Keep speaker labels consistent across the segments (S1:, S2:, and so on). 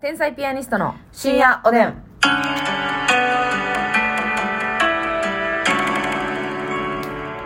S1: 天才ピアニストの
S2: 深夜おでん。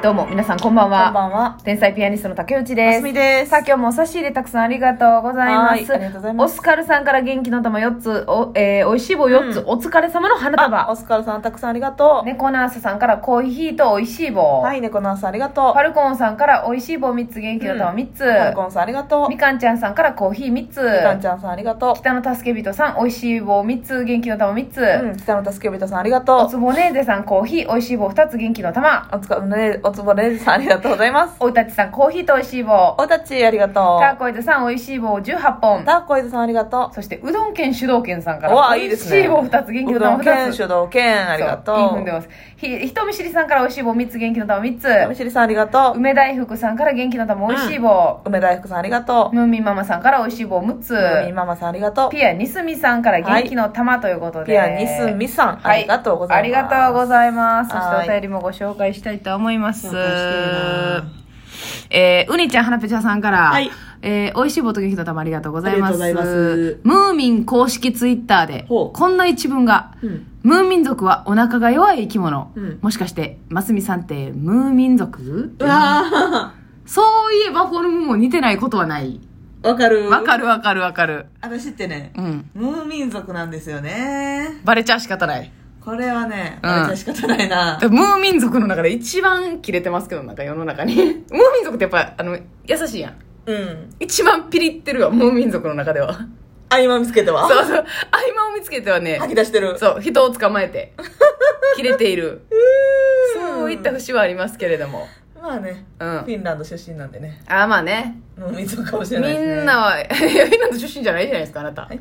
S1: どうも皆さんこんばんは
S2: こんばんは。
S1: 天才ピアニストの竹内
S2: あ
S1: です
S2: みです。
S1: さあ今日もお差し入れたくさんありがとうござい
S2: は
S1: ま
S2: い
S1: す
S2: ありがとうございます
S1: オスカルさんから元気の玉4つお,、えー、おいしい棒4つ、
S2: うん
S1: お疲れ様の花
S2: あ、
S1: 束
S2: オスカルさんたくさんありがとう。
S1: 猫ナースさんからコーヒーとおいしい棒、
S2: はい、猫の朝ありがとう。
S1: パルコーンさんからおいしい棒3つ元気の玉3つ、
S2: パルコンさんありがとう。
S1: み
S2: み
S1: かんちゃんさんからコーヒー3つ
S2: かんちゃんさんありがと
S1: 北の助け人さんおいしい棒3つ元気の玉3つ、
S2: う。うん、北野助け人さんあり
S1: お
S2: がと
S1: つぼねーぜさんコーヒーおいしい棒2つ元気の玉
S2: う。おつかね、おつぼねさんありがとうございます。
S1: おいたちさんコーヒーとおいしい棒
S2: おたちありがと
S1: ター
S2: う。
S1: コイズさんおいしい棒18本
S2: ターコイズさんありがと
S1: そしてうどん県主導県さんか
S2: う
S1: ら
S2: わ
S1: お
S2: いい
S1: い
S2: です
S1: し
S2: ね
S1: い棒2つ元
S2: う。
S1: 気
S2: う
S1: の
S2: ど
S1: 玉
S2: ん県
S1: 2つ
S2: 主導県ありがとう。
S1: そういい踏んでますひ人見知りさんからおいしい棒3つ元気の玉3
S2: み
S1: つ
S2: しりさんありがとう。
S1: 梅大福さんから元気の玉おいしい棒、
S2: 梅大福さんありがとう。
S1: ムーミンママさんからおいしい棒6つ
S2: みーママさんありがとう。
S1: ピアニスミさんから元気の玉ということで、
S2: ピアニスミさん、ありがとうございます。
S1: ありがとうございます。そ
S2: はい
S1: してお便りもご紹介したいと思います
S2: 紹介していま。
S1: えー、うにちゃん、はなぺちゃさんから、
S2: はい
S1: えー、おいしいボトゲヒト玉ありがとうございます。
S2: ありがとうございます
S1: ムーミン公式ツイッターで、
S2: ほ
S1: こ
S2: うん
S1: な一文が、
S2: うん
S1: ムーミン族はお腹が弱い生き物。
S2: うん
S1: もしかして、ますみさんってムーミン族
S2: うわ
S1: そういえばフォルムも似てないことはない。
S2: ーわかる
S1: わかるわかるわかる。
S2: 私ってね、
S1: うん。
S2: ムーミン族なんですよね。
S1: バレちゃ仕方ない。
S2: これはね、
S1: うん
S2: あれじゃ仕方ないな。
S1: ムーミン族の中で一番キレてますけどなんか世の中 にムーミン族ってやっぱあの優しいやん
S2: うん。
S1: 一番ピリってるわムーミン族の中では
S2: あ、今見つけては。
S1: そうそう合間を見つけてはね
S2: 吐き出してる。
S1: そう人を捕まえてキレているそういった節はありますけれども
S2: まあね、
S1: うん
S2: フィンランド出身なんでね、
S1: あーまあね
S2: ムーミン族かもし
S1: み
S2: れないです、ね。
S1: んな。は いやみんなの出身じゃないじゃないですかあなた
S2: え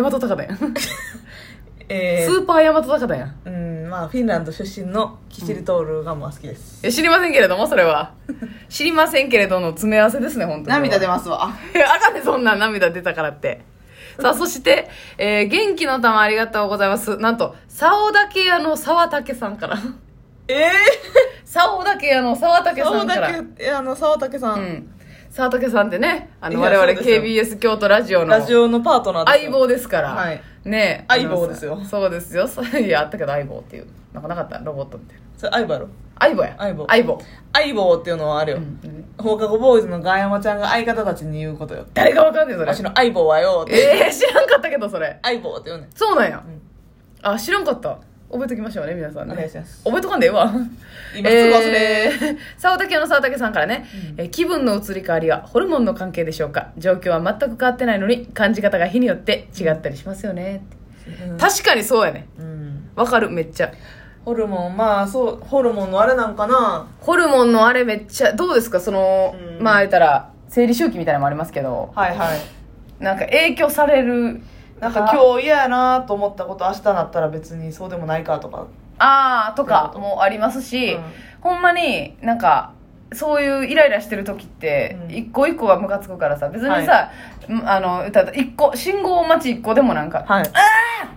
S1: 大和高田やんス
S2: えー
S1: ーパー大和高田やんい
S2: うん、まあ、フィンランド出身のキシリトールがもう好きです。
S1: や知りませんけれどもそれは知りませんけれどの詰め合わせですね本当に
S2: ますわ。
S1: いやあかんねそんな涙出たからって。さあ、そして、えー元気の玉ありがとうございます。なんと、竿竹屋の沢竹さんから。
S2: ええ
S1: 竿竹屋の沢竹
S2: ー、
S1: さ
S2: 沢
S1: んから。
S2: 竹、えあの、沢竹さ,、
S1: うんん。沢竹さんってね、あの、
S2: いや
S1: 我々
S2: そうですよ
S1: KBS 京都ラジオの
S2: ラジオのパートナーです
S1: 相
S2: よ。
S1: 棒ですから。
S2: はい
S1: ねあの
S2: 相棒ですよ
S1: そうですよ。 そういや、あったけど相棒っていう。なんかなかったロボットみたいな。
S2: それ相棒やろ。
S1: 相棒や。
S2: 相棒
S1: 相棒。
S2: 相棒っていうのはあるよ。
S1: うん
S2: 放課後ボーイズのガヤマちゃんが相方たちに言うことよ。
S1: 誰かわかんねえ、それ
S2: わ。しの相棒はよって。
S1: えー、知らんかったけど、それ。
S2: 相棒って言うねん。
S1: そうなんや
S2: ん。
S1: あ、知らんかった。覚えときましょうね、皆さんね。
S2: お願いします
S1: 覚えとかんでええわ。
S2: 今すぐ忘れ
S1: えー。 沢竹の沢竹さんからね、えー気分の移り変わりはホルモンの関係でしょうか状況は全く変わってないのに感じ方が日によって違ったりしますよね。確かにそうやね。
S2: うん、
S1: わかる、めっちゃ。
S2: ホルモンまあそうホルモンのあれなんかな
S1: ホルモンのあれめっちゃ、どうですかその、
S2: うん
S1: まあ言ったら、生理周期みたいなのもありますけど、
S2: はいはい
S1: なんか影響される。
S2: なんか今日嫌やなと思ったこと明日なったら別にそうでもないかとか
S1: ああとかもありますし、
S2: うん
S1: ほんまになんかそういうイライラしてる時って
S2: うん
S1: 一個一個がムカつくからさ別に
S2: は
S1: さ、うんあの歌った一個信号待ち一個でもなんか
S2: はい
S1: っ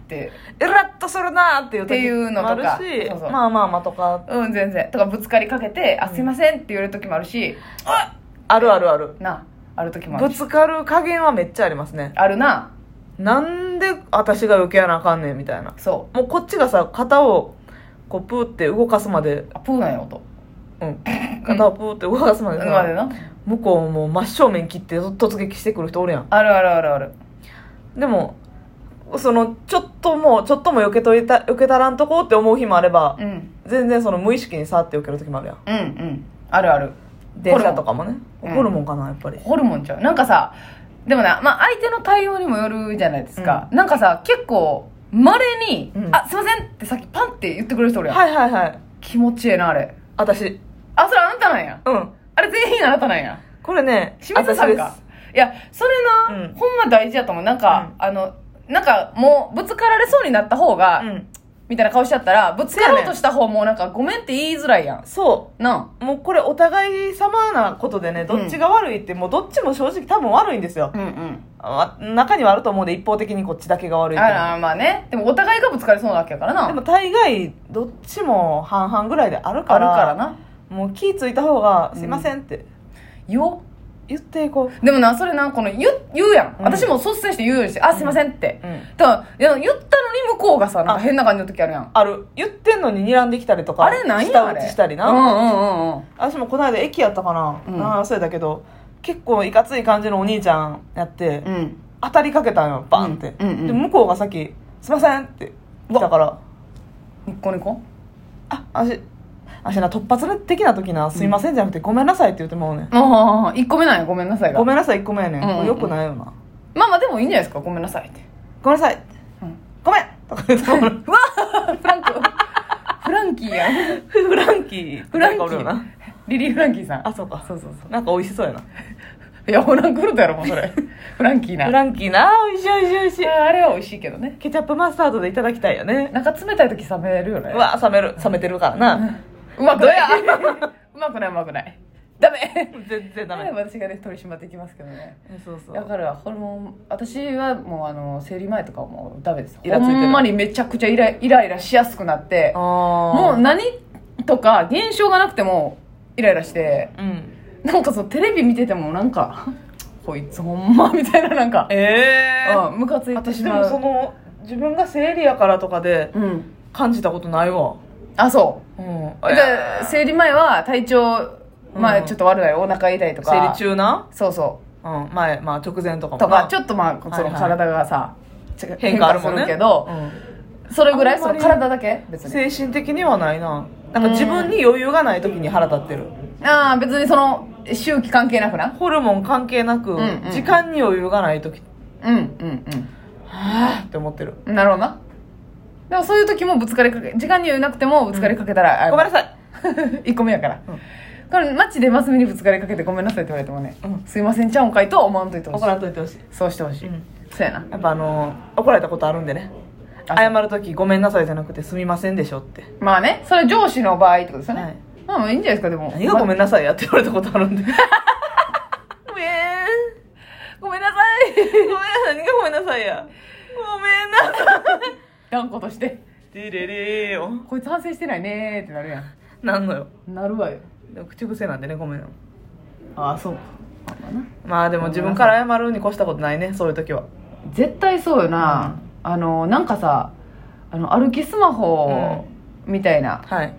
S1: て、
S2: えらっとするなっていう時
S1: っていうのとか
S2: もあるし
S1: そうそう
S2: まあまあまあとか
S1: うん全然とかぶつかりかけて「あすいません」って言われる時もあるし、
S2: あるあるある
S1: なある時もあ
S2: ぶ
S1: るし
S2: つかる加減はめっちゃありますね
S1: あるな
S2: なんで私が受けやなあかんねんみたいな
S1: そ
S2: もうこっちがさ肩をこうプーって動かすまで
S1: うあプーなんや音
S2: うん肩をプーって 動かすまで
S1: 今まで
S2: さ
S1: な
S2: 向こうもう真正面切って突撃してくる人おるやん
S1: あるあるあるある
S2: でもそのちょっともうちょっとも避けといた避けたらんとこって思う日もあれば、
S1: うん
S2: 全然その無意識にさって避ける時もあるやん
S1: うんうんあるある
S2: 電車とかもね
S1: うん
S2: ホルモンかなやっぱり、
S1: ホルモンちゃうなんかさでもな、まあ、相手の対応にもよるじゃないですか、なんかさ結構まれに、
S2: うん
S1: あすいません」ってさっきパンって言ってくれる人おるやん、
S2: はいはいはい
S1: 気持ちええなあれ
S2: 私
S1: あそれあなたなんや
S2: うん
S1: あれ全員あなたなんや
S2: これね
S1: 清水さんかいやそれな、
S2: うん
S1: ほんま大事やと思うなんか、
S2: う
S1: あのなんかもうぶつかられそうになった方が、
S2: 私ですうん
S1: みたいな顔しちゃったらぶつかろうとした方もなんかごめんって言いづらいやん
S2: そ
S1: な
S2: うもうこれお互い様なことでねどっちが悪いって、もうどっちも正直多分悪いんですよ
S1: あ、うんうん
S2: あ中にはあると思うんで一方的にこっちだけが悪いっていうのは
S1: あらまあねでもお互いがぶつかりそうなわけやからな
S2: でも大概どっちも半々ぐらいである
S1: あ
S2: か
S1: る
S2: ら
S1: からな
S2: もう気ぃついた方が
S1: う
S2: 「
S1: ん
S2: すいません」って
S1: よ
S2: 言っていこ
S1: でもなそれなこの言う言うやん、
S2: うん
S1: 私も率先して言うようにして「あすいません」って、
S2: う、
S1: だからいや言ったのに向こうがさなんか
S2: あ
S1: 変な感じの時あるやん
S2: ある言ってんのに睨んできたりとか
S1: あれなんや
S2: 舌
S1: あ
S2: 打
S1: れ
S2: ちしたりな、
S1: うんうんうんうん
S2: 私もこの間駅やったかな、
S1: うん
S2: ああそうだけど結構いかつい感じのお兄ちゃんやって、
S1: うん
S2: 当たりかけたのよバンって、
S1: うんうんうん
S2: で向こうがさっき「すいません」って来たから
S1: ニッコニコ
S2: 「あ足足な突発的な時なすいません」じゃなくて「ごめんなさい」って言ってもうねん、
S1: ああ1個目なんやごめんなさいが
S2: ごめんなさい1個目やねん、
S1: うんうんうん
S2: よくないよな
S1: まあまあでもいいんじゃないですかごめんなさいって、
S2: ごめんなさい
S1: うん、
S2: ごめんとか言ってもらう
S1: うわーフラン クフランキーやん
S2: フランキー
S1: フランキ
S2: なんかおるよ
S1: ー
S2: な
S1: リリー・フランキーさん
S2: あそうか
S1: そうそうそ
S2: なんか美味しそうやな
S1: ういやフランクフルトやろもうそれ フランキーな
S2: フランキーな美味しい美味しい美味しい
S1: いやあれは美味しいけどね
S2: ケチャップマスタードでいただきたいよね
S1: なんか冷たい時冷めるよね
S2: うわ冷める冷めてるからな
S1: うまくない うまくないうまくないダメ
S2: 全然ダメ
S1: 私がね取り締まっていきますけどね
S2: そうそ
S1: だ
S2: う
S1: からホルモン私はもうあの生理前とかはもうダメです
S2: イラついてる
S1: ほんまにめちゃくちゃイライライラしやすくなっても
S2: も
S1: う何とか現象がなくてもイライラして
S2: うん
S1: なんかそのテレビ見ててもなんかこいつほんまみたいななんか
S2: ええ
S1: うんムカついて
S2: 私
S1: し
S2: で
S1: まう
S2: もその自分が生理やからとかで
S1: うん
S2: 感じたことないわ
S1: あそう
S2: うん
S1: だから
S2: えー
S1: 生理前は体調まあ
S2: うん
S1: ちょっと悪いお腹痛いとか
S2: 生理中な
S1: そうそう
S2: うん前まあ直前とかも
S1: とか
S2: な
S1: ちょっとまあその
S2: はいはい
S1: 体がさ、ちょ
S2: 変化あるもんね
S1: 変化すけど、
S2: う
S1: それぐら
S2: あ
S1: い
S2: ん
S1: そ
S2: ま
S1: の
S2: り
S1: 体だけ別
S2: ん
S1: に
S2: 精神的にはないななんか自分に余裕がない時に腹立ってる
S1: ああ別にその周期関係なくな
S2: ホルモン関係なく
S1: んうん
S2: 時間に余裕がない時
S1: うんうん
S2: はぁって思ってる
S1: うんなるほどなでもそういう時もぶつかりかけ時間に余裕なくてもぶつかりかけたら、
S2: ごめんなさい
S1: 1個目やから、
S2: うん
S1: これマッチでマス目にぶつかりかけてごめんなさいって言われてもね、
S2: うん
S1: すいませんちゃうんかいとは思わんといてほし
S2: 怒
S1: い
S2: らんといてほしい
S1: そうしてほしい、
S2: うん
S1: そうやな
S2: やっぱあのー怒られたことあるんでね
S1: あ
S2: 謝る時ごめんなさいじゃなくてすみませんでしょって
S1: まあねそれ上司の場合ってことですよね、
S2: はい
S1: まあまあいいんじゃないですかでも
S2: 何がごめんなさいやって言われたことあ るんでごめん
S1: ごめんなさい
S2: ごめん何がごめんなさいやごめんなさい
S1: 断固として
S2: デレレよ
S1: こいつ反省してないねーってなるやん
S2: なんのよ
S1: なるわよ
S2: でも口癖なんでねごめんよ
S1: ああそう
S2: まあでも自分から謝るに越したことないねそういう時は
S1: 絶対そうよな、あのなんかさあの歩きスマホみたいな
S2: はい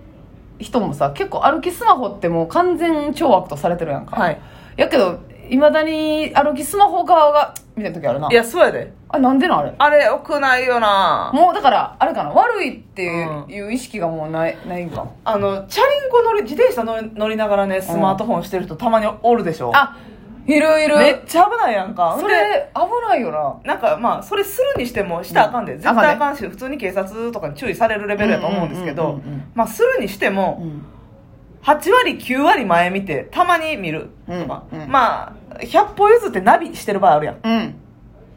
S1: 人もさ結構歩きスマホってもう完全懲悪とされてるやんか、
S2: はい
S1: やけどいまだに歩きスマホ側がみたいな時あるない
S2: やそうやで
S1: あなんでなんあれ
S2: あれよくないよな
S1: もうだからあれかな悪いっていう,、
S2: うん
S1: 意識がもうないないんか
S2: あのチャリンコ乗り自転車乗り乗りながらねスマートフォンしてる人たまにおるでしょ
S1: あいるいる
S2: めっちゃ危ないやんか
S1: そ
S2: ほんで
S1: れ危ないよな
S2: なんかまあそれするにしてもしたらあかんで、
S1: うん
S2: 絶対あかんし、普通に警察とかに注意されるレベルやと思うんです
S1: うん
S2: け
S1: うん
S2: ど
S1: うんうんうん
S2: まあするにしても、8割9割前見てたまに見るとか、
S1: うんうん
S2: まあ100歩譲ってナビしてる場合あるやん
S1: うん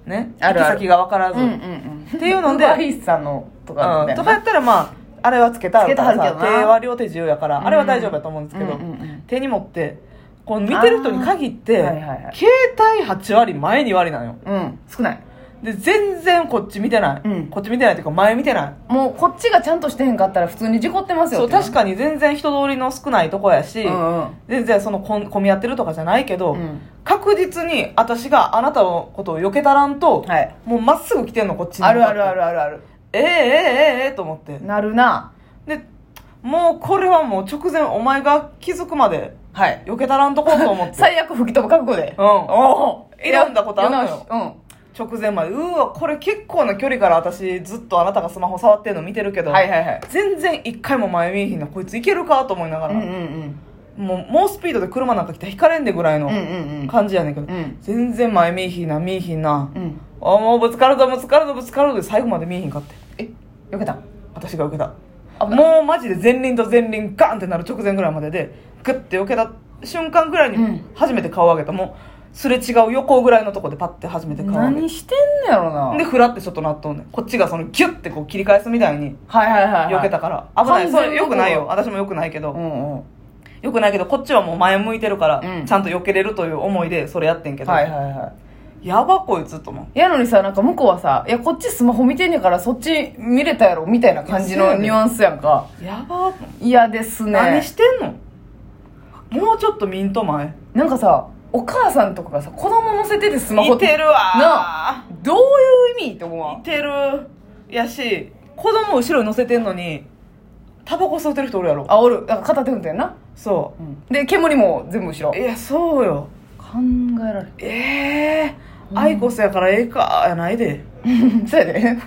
S2: ね
S1: あるある
S2: 行き先が分からず、
S1: うんうんうん
S2: ってい うので
S1: ウーバーイーツさんのとか
S2: う
S1: みた
S2: んと
S1: い
S2: か
S1: な
S2: やったらまああれはつけたあるから
S1: つけたある
S2: さ
S1: けどな
S2: 手は両手自由やから、
S1: うん
S2: あれは大丈夫やと思うんですけど、
S1: うんうんうん
S2: 手に持ってこう見てる人に限って、
S1: あーはいはいはい
S2: 携帯8割前2割なんよ
S1: うん少ない
S2: で全然こっち見てない、
S1: うん
S2: こっち見てないっていうか前見てない
S1: もうこっちがちゃんとしてへんかったら普通に事故ってますよ
S2: そう確
S1: か
S2: かに全然人通りの少ないとこやし、
S1: うんうん
S2: 全然その混混み合ってるとかじゃないけど、
S1: うん
S2: 確実に私があなたのことを避けたらんと、
S1: はい
S2: もうまっすぐ来てんのこっちに
S1: あるあるあるあるある
S2: ええええええと思って
S1: なるな
S2: でもうこれはもう直前お前が気づくまで
S1: はい
S2: 避けたらんとこうと思っ て
S1: 最悪吹き飛ぶ覚悟で
S2: うん
S1: お
S2: いや選んだことあんのよ
S1: よう
S2: 直前までうわこれ結構な距離から私ずっとあなたがスマホ触ってんの見てるけど、
S1: んはいはいはい
S2: 全然一回も前見えひんのこいついけるかと思いながら、
S1: うんうん
S2: もう猛スピードで車なんか来たら引かれんでぐらい
S1: うんうん
S2: の
S1: うん
S2: 感じやねんけ
S1: う
S2: ど、
S1: ん
S2: 全然前見えひんな見えひんな、
S1: うん
S2: あもうぶつかるぞぶつかるぞぶつかるぞで最後まで見えひんかって
S1: えよけた
S2: 私が受けた
S1: 危ない
S2: もうマジで前輪と前輪ガンってなる直前ぐらいまででグッて避けた瞬間ぐらいに
S1: う
S2: 初めて顔を上げた、もうすれ違う横ぐらいのとこでパッて初めて顔を上げ
S1: 何してんのやろ
S2: た
S1: な
S2: でフラってちょっとなっとんねんこっちがそのギュッてこう切り返すみたいに
S1: はいはいはいはい
S2: 避けたから、危ないそ
S1: 完全
S2: れ
S1: に
S2: よくないよ私もよくないけど、
S1: うんうん
S2: よくないけどこっちはもう前向いてるから、
S1: うん
S2: ちゃんと避けれるという思いでそれやってんけど、
S1: はいはいはい
S2: やばこいつと思う
S1: やのにさなんか向こうはさ「いやこっちスマホ見てんねやからそっち見れたやろ」みたいな感じのニュアンスやんか
S2: やばー
S1: 嫌ですね
S2: 何してんのもうちょっとミント前
S1: なんかさお母さんとかがさ子供乗せててスマホ
S2: 似てるわ
S1: などういう意味って思うわ
S2: 似てるやし子供後ろに乗せてんのにタバコ吸ってる人おるやろ
S1: あおるだから片手運転な、
S2: そ
S1: で煙も全部後ろ
S2: う
S1: 考
S2: いやそうよ
S1: えられ
S2: ええー、アイコスやからええかやないで
S1: ん そうやで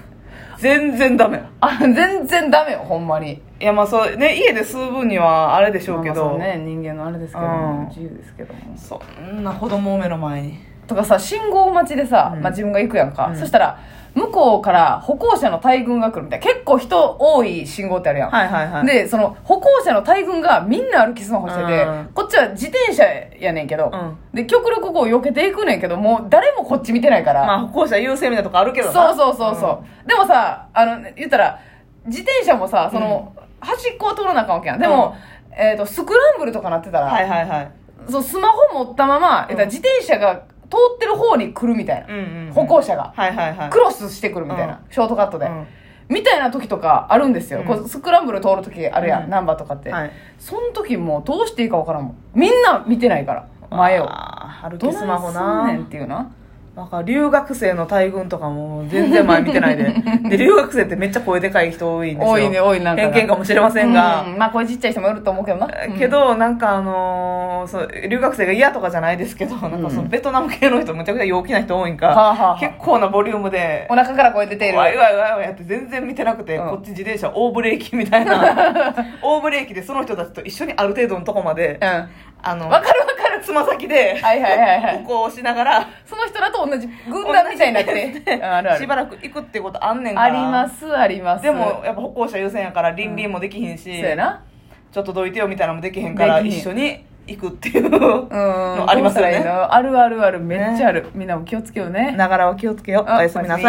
S2: 全然ダメ
S1: あ全然ダメよほんまに
S2: いやまあそうね家で吸う分にはあれでしょうけ
S1: まあ
S2: ど、
S1: まあそうね人間のあれですけども、
S2: うん
S1: 自由ですけども
S2: そんな子供を目の前に
S1: とかさ信号待ちでさ、
S2: うん
S1: まあ、自分が行くやんか、
S2: うん
S1: そしたら向こうから歩行者の大群が来るみたいな結構人多い信号ってあるやん、
S2: はいはいはい
S1: でその歩行者の大群がみんな歩きスマホしてて、
S2: うん
S1: こっちは自転車やねんけど、
S2: うん
S1: で極力こう避けていくねんけどもう誰もこっち見てないから、
S2: まあ歩行者優勢みたいなとこあるけどな
S1: そうそうそうそう、でもさあの言ったら自転車もさその、端っこを通らなあかんわけやんでも、えー、とスクランブルとかなってたら、
S2: うんはいはいはい
S1: そうスマホ持ったまま、言ったら自転車が通ってる方に来るみたいな、
S2: うんうんうん
S1: 歩行者が、
S2: はいはいはい
S1: クロスしてくるみたいな、ショートカットで、
S2: うん
S1: みたいな時とかあるんですよ、
S2: うん
S1: こうスクランブル通る時あるやん、
S2: うん
S1: ナンバーとかって、
S2: はい
S1: その時もうどうしていいかわからんもんみんな見てないから前を
S2: あー歩
S1: ど
S2: き
S1: ない
S2: スマホ
S1: すんね
S2: なん
S1: っていうな
S2: なんか留学生の大群とかも全然前見てな いでで留学生ってめっちゃ声でかい人多いんですよ
S1: 多いね多いなんかな
S2: 偏見かもしれませんが、
S1: うんまあこれちっちゃい人もいると思うけどな、
S2: けどなんかあのーそう留学生が嫌とかじゃないですけどなんかそのベトナム系の人むちゃくちゃ陽気な人多いん
S1: はあ
S2: か、
S1: はあはあ
S2: 結構なボリュームで
S1: お腹から声出ている
S2: わいわいわいわいやって全然見てなくて、
S1: うん
S2: こっち自転車大ブレーキみた いな大ブレーキでその人たちと一緒にある程度のとこまで、
S1: うん
S2: あの
S1: わかるわかる
S2: つま先で
S1: はいはいはいはい
S2: 歩行しながら
S1: その人らと同じ軍団みたいになってうんあるあ
S2: し
S1: る
S2: ばらく行くってことあんねんから
S1: ありますあります
S2: でもやっぱ歩行者優先やから倫理もできひんし、
S1: そうやな
S2: ちょっとどいてよみたいなのもできへんから
S1: できひん
S2: 一緒に行くっていう
S1: う
S2: の
S1: ん
S2: ありますよ
S1: どうしたらいい
S2: ね
S1: のあるあるあるめっちゃある、みんなも気をつけようね
S2: ながらは気をつけようおやすみなさい